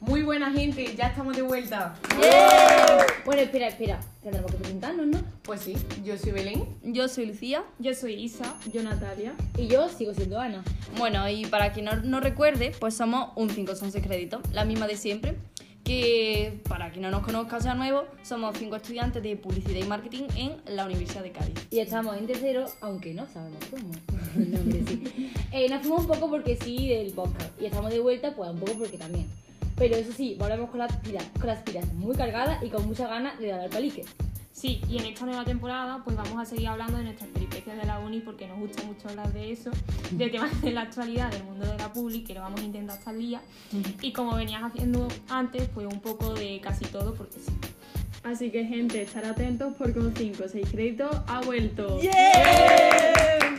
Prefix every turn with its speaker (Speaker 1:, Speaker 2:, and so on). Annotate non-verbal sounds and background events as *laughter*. Speaker 1: Muy buena gente, ya estamos de vuelta.
Speaker 2: Bueno, espera, espera. Tendremos que presentarnos, ¿no?
Speaker 1: Pues sí, yo soy Belén.
Speaker 3: Yo soy Lucía.
Speaker 4: Yo soy Isa.
Speaker 5: Yo Natalia.
Speaker 2: Y yo sigo siendo Ana.
Speaker 3: Bueno, y para quien no, no recuerde, pues somos un 5 son 6 créditos, la misma de siempre. Que para quien no nos conozca sea nuevo, somos cinco estudiantes de publicidad y marketing en la Universidad de Cádiz.
Speaker 2: Y estamos en tercero, aunque no sabemos cómo. *laughs* No, hombre, sí. Eh, nos fuimos un poco porque sí del podcast. Y estamos de vuelta, pues un poco porque también. Pero eso sí, volvemos con las pilas, con las pilas muy cargadas y con mucha ganas de dar al palique.
Speaker 4: Sí, y en esta nueva temporada pues vamos a seguir hablando de nuestras peripecias de la uni porque nos gusta mucho hablar de eso, de temas de la actualidad del mundo de la publi que lo vamos a intentar hasta el día y como venías haciendo antes pues un poco de casi todo porque sí.
Speaker 5: Así que, gente, estar atentos porque un 5 o 6 créditos ha vuelto.
Speaker 3: ¡Yeah!